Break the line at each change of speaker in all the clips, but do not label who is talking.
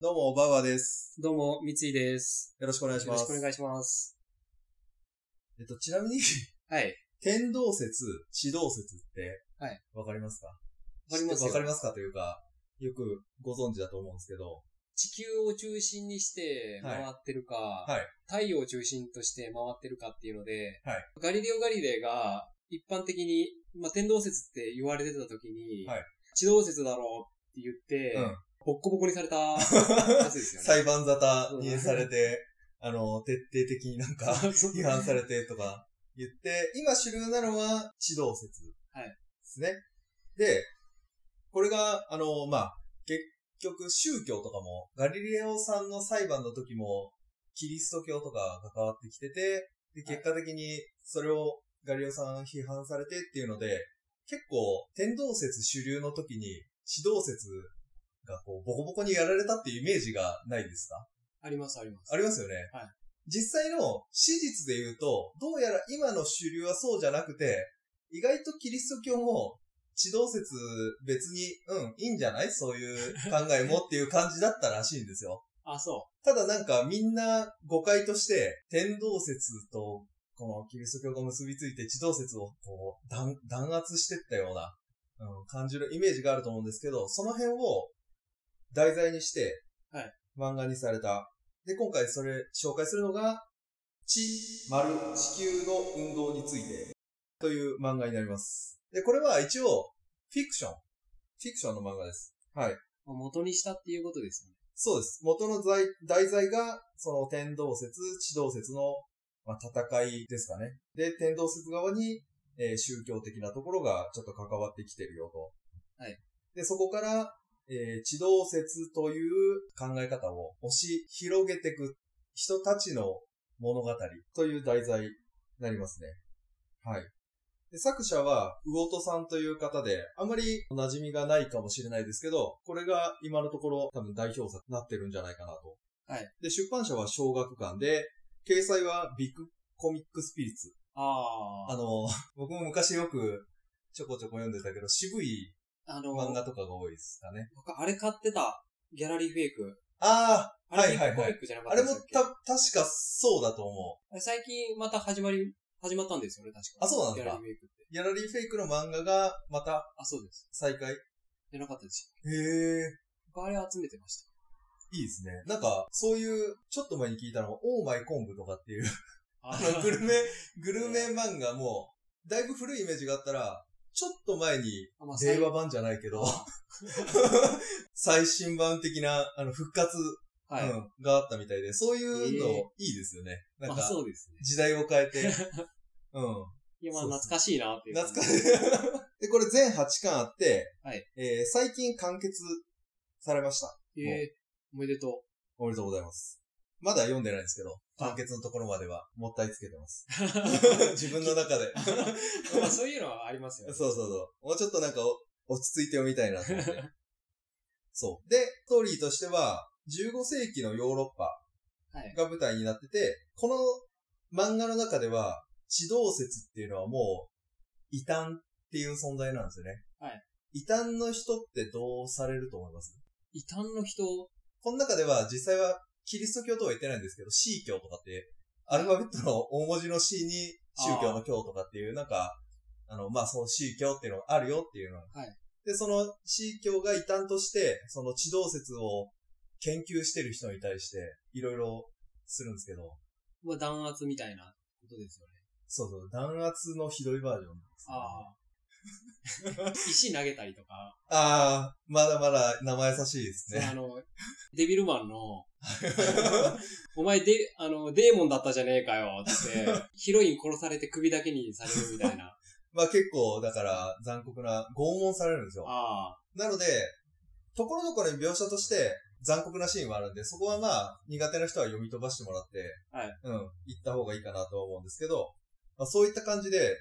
も、バウアーです。
どうも、三井です。
よろしくお願いし
よ
ま
ろ
す。
しくお願いします。
えっと、ちなみに、
はい。
天動説、地動説って、
はい。
わかりますかわ
わかりますよ
わかりますかというか、よくご存知だと思うんですけど、
地球を中心にして回ってるか、
はい
太陽を中心として回ってるかっていうので、
はい
ガリレオ・ガリレイが一般的に、まあ、天動説って言われてた時に、
はい
地動説だろうって言って、
うん
ボッコボコ にされたやつですよね。
裁判沙汰にされて、あの、徹底的になんか、
そう
批判されてとか言って、今主流なのは地動説。
はい
ですね。で、これが、あの、まあ、結局宗教とかも、ガリレオさんの裁判の時も、キリスト教とかが関わってきてて、で、
はい
結果的にそれをガリレオさん批判されてっていうので、結構、天動説主流の時に、地動説がこう、ボコボコにやられたっていうイメージがないですか
あります、あります。
ありますよね。
はい
実際の史実で言うと、どうやら今の主流はそうじゃなくて、意外とキリスト教も、地動説別に、うん、いいんじゃないそういう考えもっていう感じだったらしいんですよ。
あ、そ
ただなんかみんな誤解として、天動説とこのキリスト教が結びついて地動説をこう弾弾圧してったような、うん、感じるイメージがあると思うんですけど、その辺を題材にして
はい、
漫画にされた。で、今回それ紹介するのが、地、丸、地球の運動についてという漫画になります。で、これは一応フィクション。フィクションの漫画です。はい。
う。元にしたっていうことですよね。
そうです。元の材題材が、その天動説、地動説の、まあ、戦いですかね。で、天動説側に、えー宗教的なところがちょっと関わってきてるよと。
はい。
で、そこから、えー地動説という考え方を推し広げていく人たちの物語という題材になりますね。はい。で作者は、魚とさんという方で、あまりお馴染みがないかもしれないですけど、これが今のところ多分代表作になってるんじゃないかなと。
はい。
で、出版社は小学館で、掲載はビッグコミックスピリッツ。
あ
あ
あ。
の、 僕も昔よくちょこちょこ読んでたけど、渋い
あの、
漫画とかが多いですかね。
僕、あれ買ってた。ギャラリーフェイク。
あ
あ
は
れ、
いはいはい
コミックじゃな
あ、
か
あ
っ
れ
た
も
で
た
したっ、け
確かそうだと思
あれ最近また始まり、始まったんですよね、確か。
あそうなんだ
ギャラリーメイクって。
う。ギャラリーフェイクの漫画がまた
あ、そうです。
再開。へ
じゃなかったでしたっ
え。
け僕あれ集めてまし
いいですね。なんか、そういう、ちょっと前に聞いたのは、オーマイ昆布とかっていう、
た。
あの、グルメ、グルメ漫画も、だいぶ古いイメージがあったら、ちょっと前に、
あまあ、
令
最
和
後。
版じゃない けど、最新版的な、あの、復活、
は
う
い。
んがあったみたいで、そういう
え
の、いいですよね。なん
まあ、
か、
そうですね。
時代を変え て、うん。
いや、まあ、
そうそう
懐かしいなっていう。
懐かし
しい。
い。 で、これ全8巻あって、
はい
えー最近完結されました。
ええおめでと
おめでとうございます。まだ読んでないんですけど、
あ
完結のところまではもったいつけて ます。
う。
自分の中で。
まあ、そういうのはありますよ
そう
ね。
そうそう。もうちょっとなんかお落ち着いて読みたいなと思 って。そう。で、ストーリーとしては、15世紀のヨーロッパ
はい。
が舞台になってて、この漫画の中では、地動説っていうのはもう、異端っていう存在なんですよね。
はい。
異端の人ってどうされると思います
異端の人、
この中では実際はキリスト教とは言ってないんですけど、C 教とかって、アルファベットの大文字の C に宗教の教とかっていう、なんか、あの、まあ、そう C 教っていうのがあるよっていうの。
い
で、その C 教が異端として、その地動説を研究してる人に対して、いろいろするんですけど、
まあ、弾圧みたいなことですよね。
そうそう、弾圧のひどいバージョンですね、
ああ。 石投げたりとか、
あー、まだまだ生優しいですね。
あの、デビルマンの、お前で、あの、デーモンだったじゃねえかよ、つって、 ヒロイン殺されて首だけにされるみたいな。
まあ結構、だから残酷な拷問されるんですよ。
ああ、
なので、ところどころに描写として残酷なシーンはあるんで、そこはまあ、苦手な人は読み飛ばしてもらって、
はい
うん、行った方がいいかなとは思うんですけど、まあ、そういった感じで、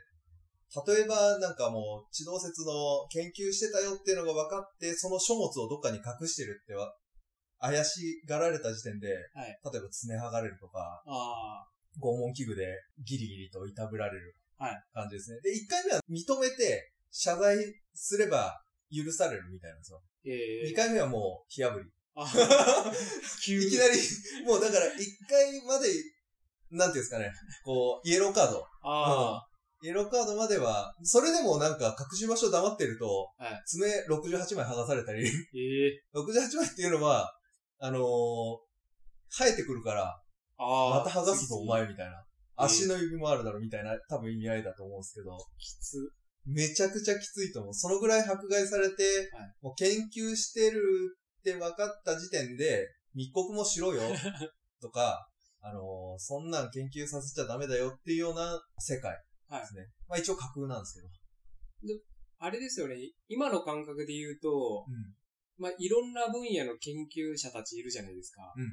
例えばなんかもう、地動説の研究してたよっていうのが分かって、その書物をどっかに隠してるっては、怪しがられた時点で、
はい
例えば爪剥がれるとか、
あ
拷問器具でギリギリといたぶられる
はい
感じですね。で、1回目は認めて、謝罪すれば許されるみたいなんですよ。
あ、ええ
2回目はもう、火炙り。
あ
い
急に
き。なり、もうだから一回まで、なんていうんですかね、こう、イエローカード。
あ
イエローカードまでは、それでもなんか隠し場所黙ってると、
はい
爪68枚剥がされたり、
あ、ええ
68枚っていうのは、あのー生えてくるから、
あ
ま
あ。
た剥がすぞお
次
前みたいな。
うん
足の指もあるだろみたいな、多分意味合いだと思うんですけど、
きつ。
めちゃくちゃきついと思う。そのぐらい迫害されて、
はい
もう研究してるって分かった時点で、密告もしろ よ、とか、あのーそんなん研究させちゃダメだよっていうような世界ですね。まあ一応架空なんですけど。
あれですよね。今の感覚で言うと、
うん。
まあ、いろんな分野の研究者たちいるじゃないですか。
うんうん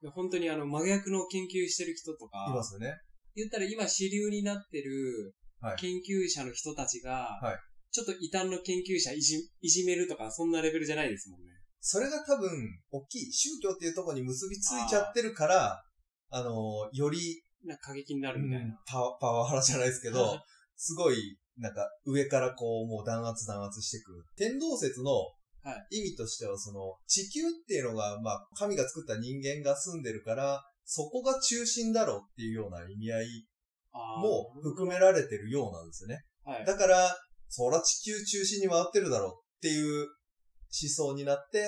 で本当にあの、真逆の研究してる人と
うん。いま
か、
すよね。
言ったら今主流になってる
はい
研究者の人たちが、
はい
ちょっと異端の研究者いじいじめるとか、そんなレベルじゃないですもんね。
それが多分、大きい宗教っていうところに結びついちゃってるから、あのーより、
なんか過激になるみたいな。
パワパワハラじゃないですけど、すごい、なんか、上からこう、もう弾圧弾圧してくる。天動説の意味としては、その、地球っていうのが、まあ、神が作った人間が住んでるから、そこが中心だろうっていうような意味合い
あー
も含められてるようなんですよね。
はい。
だから、そら地球中心に回ってるだろうっていう思想になって、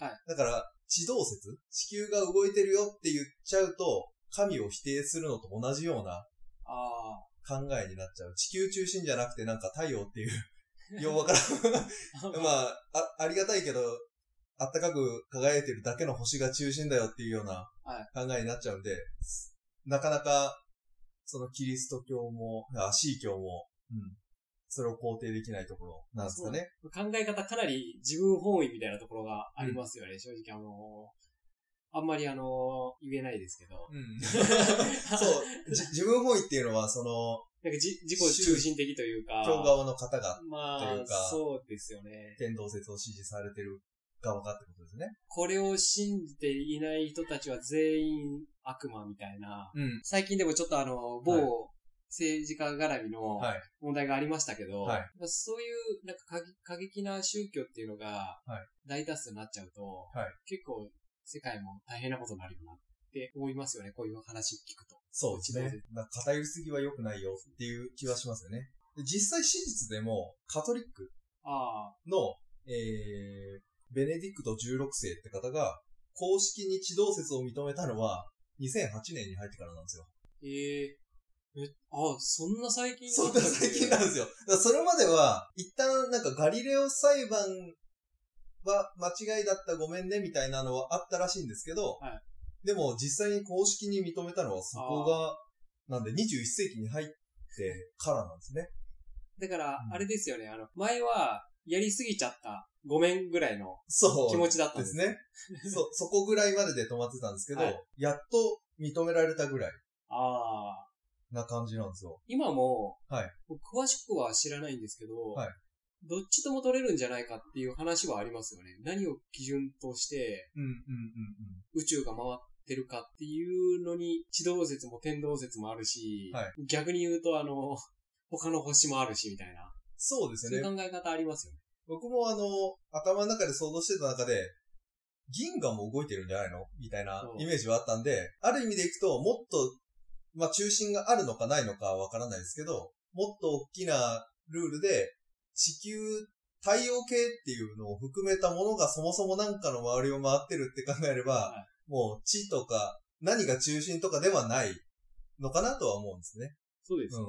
はい
だから、地動説地球が動いてるよって言っちゃうと、神を否定するのと同じような
あ
考えになっちゃう。地球中心じゃなくてなんか太陽っていう、 ようわから ん。
あ。
まあ、あ、ありがたいけど、あったかく輝いてるだけの星が中心だよっていうような
は
考えになっちゃうんで、なかなか、そのキリスト教も、あ、シー教も、うん。それを肯定できないところなんですかね。
考え方かなり自分本位みたいなところがありますよね。正直あのーあんまりあのー言えないです けど。
うん。 そう。じ自分本位っていうのは、その、
なんかじ自己中心的というか。
教側の方が
ま
とい
あ
うか、
そうですよね。
天動説を支持されてる側かってことですね。
これを信じていない人たちは全員悪魔みたいな。
うん。
最近でもちょっとあの、
はい
某政治家絡みの
はい
問題がありましたけど、
はい
まあそういうなんか過激過激な宗教っていうのが
は
大多数になっちゃうと、
はい
結構世界も大変なことになるよなって思いますよね、こういう話聞くと。
そうですね
地動。
なんか偏りすぎは良くないよっていう気はしますよね。で実際史実でも、カトリック
あ
の、えー、ベネディクト16世って方が、公式に地動説を認めたのは、2008年に入ってからなんですよ。
あ、えええ、ああ、そんな最近
そ
だ
ん
っ
な
たっけ
最近なんですよ。だから それまでは、一旦なんかガリレオ裁判は間違いだったごめんねみたいなのはあったらしいんですけど、
は
でも実際に公式に認めたのはそこが、なんで21世紀に入ってからなんですね。
だから
う、ん
あれですよね、あの、前はやりすぎちゃった、ごめんぐらいの
そう。
気持ちだったん
で
ですす
ね。そ、そこぐらいまでで止まってたんですけど、
はい
やっと認められたぐらい
ああ。
な感じなんですよ。
今も、
はい
僕詳しくは知らないんですけど、
はい
どっちとも取れるんじゃないかっていう話はありますよね。何を基準として
うん、うん、うん、
宇宙が回ってるかっていうのに、地動説も天動説もあるし、
はい
逆に言うとあの、 他の星もあるしみたいな、
そうです
そうい
よね。
う考え方ありますよね。
僕もあの、頭の中で想像してた中で、銀河も動いてるんじゃないのみたいな
そう
イメージはあったんで、ある意味でいくと、もっと、まあ、中心があるのかないのかはわからないですけど、もっと大きなルールで、地球、太陽系っていうのを含めたものがそもそもなんかの周りを回ってるって考えれば、
は
もう地とか何が中心とかではないのかなとは思うんですね。
そうです、
うん。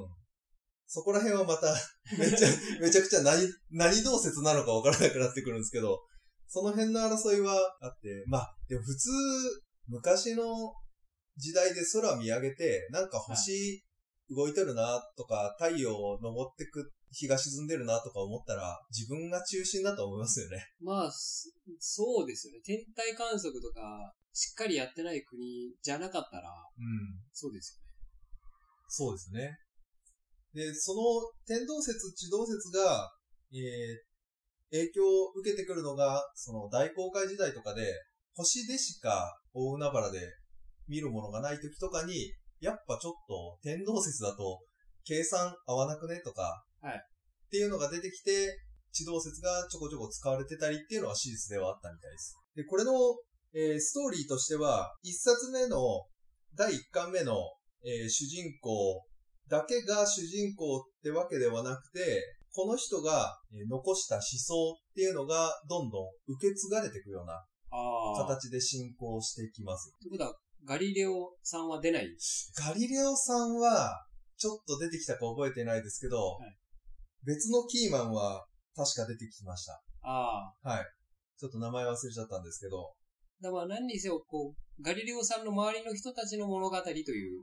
そこら辺はま た、めちゃ、めちゃくちゃ何、何同説なのかわからなくなってくるんですけど、その辺の争いはあって、まあ、でも普通、昔の時代で空見上げて、なんか星動いてるなとか、太陽登ってく、日が沈んでるなとか思ったら、自分が中心だと思いますよね。
まあ、そそうですよね。天体観測とか、しっかりやってない国じゃなかったら、
うん。
そうですよね。
そうですね。で、その天動説、地動説が、えー影響を受けてくるのが、その大航海時代とかで、星でしか大海原で見るものがない時とかに、やっぱちょっと天動説だと計算合わなくねとか、
はい
っていうのが出てきて、地動説がちょこちょこ使われてたりっていうのは史実ではあったみたいです。で、これのえーストーリーとしては、一冊目の、第一巻目の、えー主人公だけが主人公ってわけではなくて、この人がえー残した思想っていうのがどんどん受け継がれていくような
ああ。
形で進行していきます。
ということは、ガリレオさんは出ない
ガリレオさんは、ちょっと出てきたか覚えてないですけど、
い
別のキーマンは確か出てきました。
ああ。
はい。ちょっと名前忘れちゃったんですけど、
だから何にせよ、こう、ガリレオさんの周りの人たちの物語という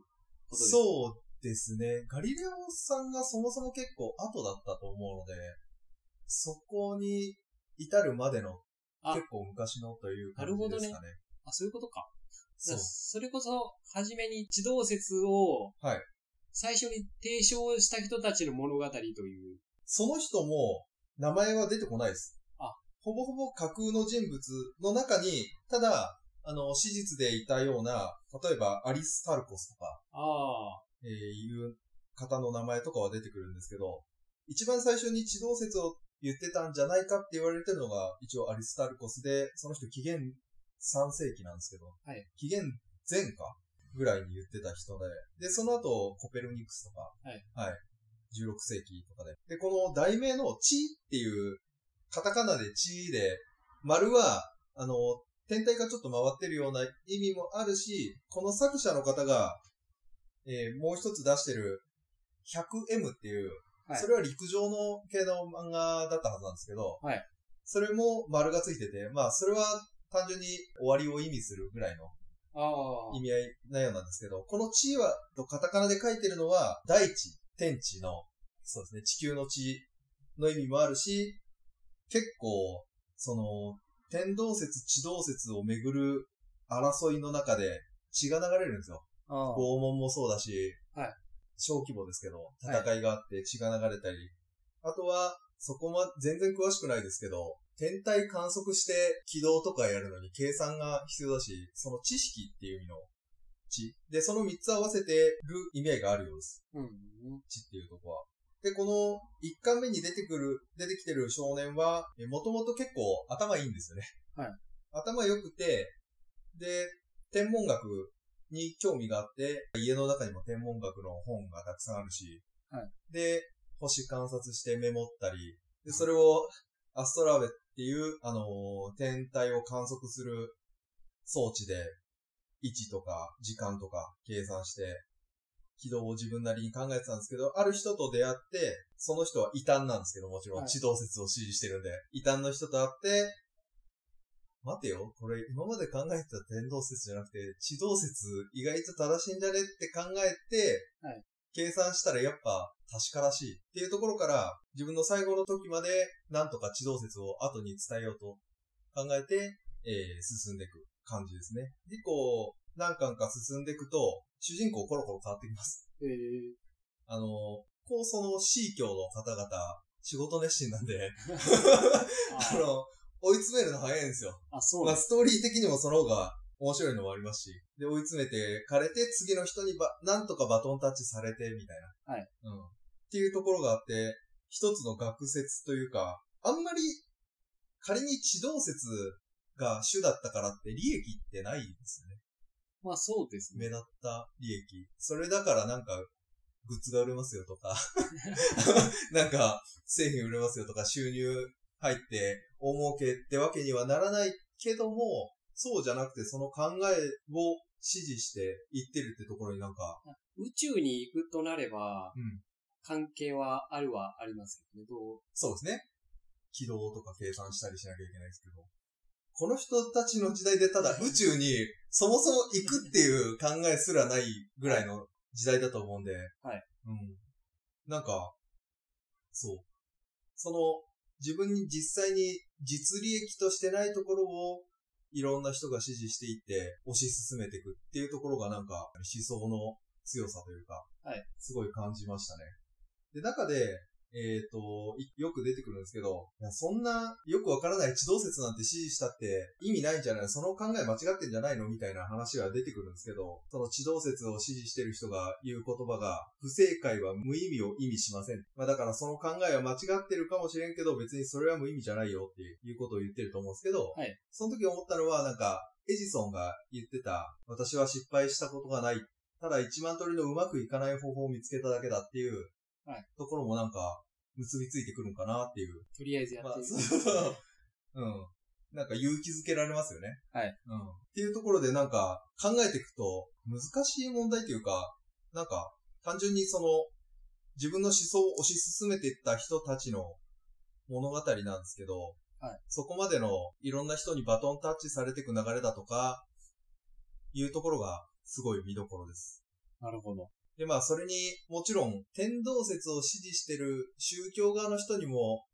ことです。う。
そうですね。ガリレオさんがそもそも結構後だったと思うので、そこに至るまでの
あ
結構昔のという感
なる
じ
ほ
で
どね
すかね。
あ、そういうことか。
そう。
それこそ、初めに地動説を、
はい
最初に提唱した人たちの物語という。
その人も名前は出てこないです。
あ
ほぼほぼ架空の人物の中に、ただ、あの、史実でいたような、例えばアリス・タルコスとか、
あ
えーいう方の名前とかは出てくるんですけど、一番最初に地動説を言ってたんじゃないかって言われてるのが、一応アリスタルコスで、その人紀元3世紀なんですけど、
はい
紀元前かぐらいに言ってた人で、で、その後、コペルニクスとか、はい16世紀とかで。で、この題名の地っていう、カタカナで地で、丸は、あの、天体がちょっと回ってるような意味もあるし、この作者の方が、えーもう一つ出してる 100M っていう、
はい
それは陸上の系の漫画だったはずなんですけど、
はい
それも丸がついてて、まあそれは単純に終わりを意味するぐらいの
あ。ああ
意。味合いなようなんですけど、この地は、とカタカナで書いてるのは、大地、天地の、そうですね、地球の地の意味もあるし、結構、その、天動説、地動説をめぐる争いの中で血が流れるんですよ。
ああ
拷問もそうだし、
はい
小規模ですけど、戦いがあって血が流れたり、あとは、そこま、全然詳しくないですけど、天体観測して軌道とかやるのに計算が必要だし、その知識っていう意味の知。で、その3つ合わせてる意味合いがあるようです。
う
知
ん。
っていうとこは。で、この1巻目に出てくる、出てきてる少年は、もともと結構頭いいんですよね。
はい
頭良くて、で、天文学に興味があって、家の中にも天文学の本がたくさんあるし、
は
で、星観察してメモったり、で、それをアストラベっていう、あのー天体を観測する装置で、位置とか時間とか計算して、軌道を自分なりに考えてたんですけど、ある人と出会って、その人は異端なんですけど、もちろ
は
ん
い
地動説を支持してるんで、異端の人と会って、待てよ、これ今まで考えてた天動説じゃなくて、地動説意外と正しいんじゃねって考えて、
はい
計算したらやっぱ確からしいっていうところから、自分の最後の時まで、なんとか地動説を後に伝えようと考えて、えー進んでいく感じですね。で、こう、何巻か進んでいくと、主人公コロコロ変わってきます。
ええ
あの、こうその C 教の方々、仕事熱心なんで、 あ
あ
の、追い詰めるの早いんですよ。
あ、そう
ま
な
あ、
んです。
ストーリー的にもその方が面白いのもありますし、で、追い詰めてかれて、次の人にば、なんとかバトンタッチされて、みたいな。
はい。
うん。っていうところがあって、一つの学説というか、あんまり、仮に地動説が主だったからって利益ってないんですよね。
まあ、そうです
目
ね。
立った利益。それだからなんか、グッズが売れますよとか、 なんか、製品売れますよとか、収入入って、大儲けってわけにはならないけども、そうじゃなくて、その考えを支持していってるってところになんか、
宇宙に行くとなれば、
うん
関係はあるはありますけど、
そうですね。軌道とか計算したりしなきゃいけないですけど、この人たちの時代でただ宇宙にそもそも行くっていう考えすらないぐらいの時代だと思うんで、
はい。
うん。なんか、そう。その、自分に実際に実利益としてないところをいろんな人が支持していって推し進めていくっていうところがなんか思想の強さというか、
はい
すごい感じましたね。で、中で、えっ、と、いよく出てくるんですけど、いやそんなよくわからない地動説なんて支持したって意味ないんじゃないその考え間違ってんじゃないのみたいな話は出てくるんですけど、その地動説を支持してる人が言う言葉が、不正解は無意味を意味しません。まあだからその考えは間違ってるかもしれんけど、別にそれは無意味じゃないよっていうことを言ってると思うんですけど、
はい
その時思ったのはなんか、エジソンが言ってた、私は失敗したことがない。ただ1万通りのうまくいかない方法を見つけただけだっていう、
はい
ところもなんか、結びついてくるんかなっていう。
とりあえずや
ま
っ
あ
て、みる
そうそう。 うん。なんか勇気づけられますよね。
はい。
うん。っていうところでなんか考えていくと難しい問題というか、なんか単純にその自分の思想を推し進めていった人たちの物語なんですけど、
はい
そこまでのいろんな人にバトンタッチされていく流れだとか、いうところがすごい見どころです。
なるほど。
で、まあ、それに、もちろん、天動説を支持してる宗教側の人にも、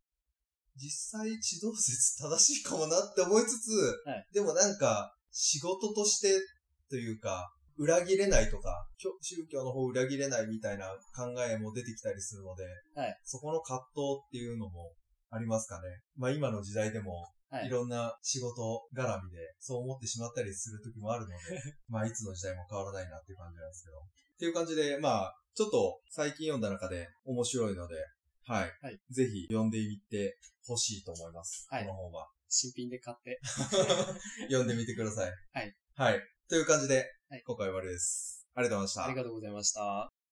実際、地動説正しいかもなって思いつつ、
はい
でもなんか、仕事としてというか、裏切れないとか、きょ宗教の方を裏切れないみたいな考えも出てきたりするので、
はい
そこの葛藤っていうのもありますかね。まあ今の時代でも、
はい
いろんな仕事絡みで、そう思ってしまったりする時もあるの で、まあいつの時代も変わらないなっていう感じなんですけど。っていう感じで、まあ、ちょっと最近読んだ中で面白いので、はい。
はい
ぜひ読んでみてほしいと思います。
はい
この本は。
新品で買って。
読んでみてください。
はい。
はい。という感じで、
はい
今回は終わりです。ありがとうございました
あり。がとうございました。